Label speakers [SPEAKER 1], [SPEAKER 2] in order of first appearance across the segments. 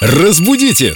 [SPEAKER 1] Разбудите!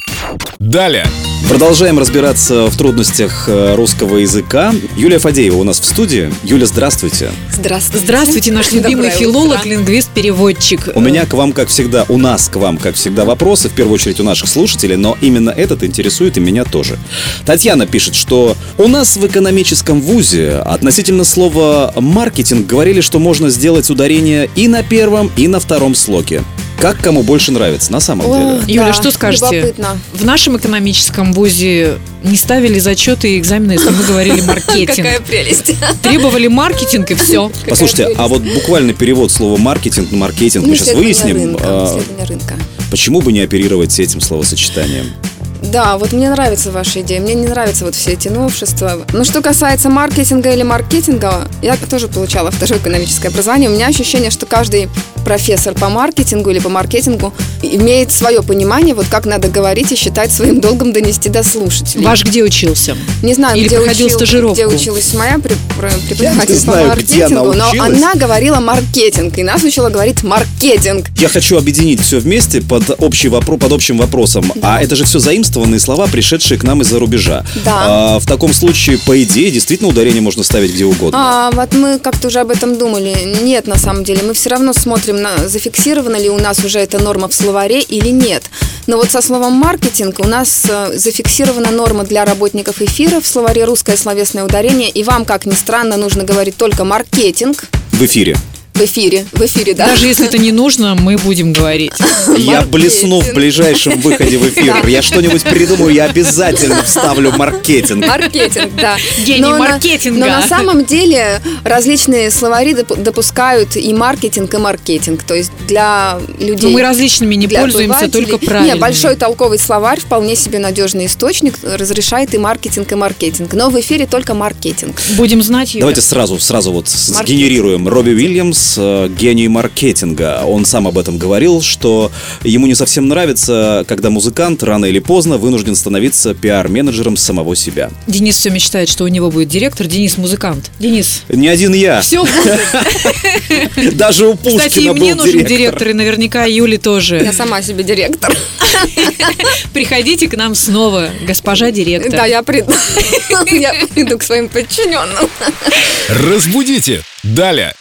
[SPEAKER 1] Далее!
[SPEAKER 2] Продолжаем разбираться в трудностях э, русского языка. Юлия Фадеева у нас в студии. Юля, здравствуйте.
[SPEAKER 3] Здравствуйте.
[SPEAKER 4] Здравствуйте, наш любимый
[SPEAKER 3] Доброе
[SPEAKER 4] филолог,
[SPEAKER 3] утро.
[SPEAKER 4] лингвист, переводчик.
[SPEAKER 2] У меня к вам, как всегда, у нас к вам, как всегда, вопросы, в первую очередь у наших слушателей, но именно этот интересует и меня тоже. Татьяна пишет, что у нас в экономическом вузе относительно слова «маркетинг» говорили, что можно сделать ударение и на первом, и на втором слоге. Как кому больше нравится, на самом деле.
[SPEAKER 3] Ох,
[SPEAKER 4] Юля,
[SPEAKER 3] да,
[SPEAKER 4] что скажете?
[SPEAKER 3] Любопытно.
[SPEAKER 4] В нашем экономическом вузе не ставили зачеты и экзамены, если мы говорили маркетинг.
[SPEAKER 3] Какая прелесть.
[SPEAKER 4] Требовали маркетинг и все.
[SPEAKER 3] Какая
[SPEAKER 2] Послушайте, а
[SPEAKER 3] прелесть.
[SPEAKER 2] вот буквально перевод слова маркетинг на маркетинг мы сейчас
[SPEAKER 3] Исследование
[SPEAKER 2] выясним.
[SPEAKER 3] рынка,
[SPEAKER 2] а,
[SPEAKER 3] исследование рынка.
[SPEAKER 2] Почему бы не оперировать этим словосочетанием?
[SPEAKER 3] Да, вот мне нравится ваша идея, мне не нравятся вот все эти новшества. Но что касается маркетинга или маркетинга, я тоже получала второе экономическое образование. У меня ощущение, что каждый профессор по маркетингу или по маркетингу имеет свое понимание, вот как надо говорить и считать своим долгом донести до слушателей.
[SPEAKER 4] Ваш где учился?
[SPEAKER 3] Не знаю,
[SPEAKER 4] Или
[SPEAKER 3] где,
[SPEAKER 4] проходил
[SPEAKER 3] учил-
[SPEAKER 4] стажировку?
[SPEAKER 3] где училась моя пре- пре- преподаватель
[SPEAKER 2] знаю,
[SPEAKER 3] по
[SPEAKER 2] где она
[SPEAKER 3] маркетингу, но
[SPEAKER 2] училась.
[SPEAKER 3] она говорила маркетинг, и нас учила говорить маркетинг.
[SPEAKER 2] Я хочу объединить все вместе под, общий вопро- под общим вопросом. А это же все заимствованные слова, пришедшие к нам из-за рубежа.
[SPEAKER 3] Да.
[SPEAKER 2] А, в таком случае, по идее, действительно ударение можно ставить где угодно.
[SPEAKER 3] А, вот мы как-то уже об этом думали. Нет, на самом деле, мы все равно смотрим, на, зафиксирована ли у нас уже эта норма в словаре или нет. Но вот со словом маркетинг у нас э, зафиксирована норма для работников эфира в словаре русское словесное ударение. И вам, как ни странно, нужно говорить только маркетинг
[SPEAKER 2] В эфире.
[SPEAKER 3] в эфире. В эфире, да?
[SPEAKER 4] Даже если это не нужно, мы будем говорить.
[SPEAKER 2] Я блесну в ближайшем выходе в эфир. Я что-нибудь придумаю, я обязательно вставлю маркетинг.
[SPEAKER 3] Маркетинг, да.
[SPEAKER 4] Гений
[SPEAKER 3] на-
[SPEAKER 4] маркетинга.
[SPEAKER 3] но на самом деле различные словари доп- допускают и маркетинг, и маркетинг. То есть для людей...
[SPEAKER 4] Но Ну, мы различными не
[SPEAKER 3] для
[SPEAKER 4] пользуемся,
[SPEAKER 3] обывателей.
[SPEAKER 4] только правильными.
[SPEAKER 3] Не, большой толковый словарь вполне себе надежный источник, разрешает и маркетинг, и маркетинг. Но в эфире только маркетинг.
[SPEAKER 4] Будем знать, Юля.
[SPEAKER 2] Давайте сразу, сразу вот с-
[SPEAKER 3] Маркетинг.
[SPEAKER 2] сгенерируем. Робби Уильямс, э, гений маркетинга. Он сам об этом говорил, что ему не совсем нравится, когда музыкант рано или поздно вынужден становиться пиар-менеджером самого себя.
[SPEAKER 4] Денис все мечтает, что у него будет директор. Денис музыкант. Денис.
[SPEAKER 2] Не один я,
[SPEAKER 4] Все будет.
[SPEAKER 2] даже у А. Пушкина
[SPEAKER 4] Кстати, и
[SPEAKER 2] был
[SPEAKER 4] мне нужен
[SPEAKER 2] директор.
[SPEAKER 4] директор, и наверняка Юли
[SPEAKER 3] Я
[SPEAKER 4] тоже.
[SPEAKER 3] сама себе директор.
[SPEAKER 4] Приходите к нам снова, госпожа директор.
[SPEAKER 3] Да, я приду. Я приду к своим подчиненным.
[SPEAKER 1] Разбудите! Далее!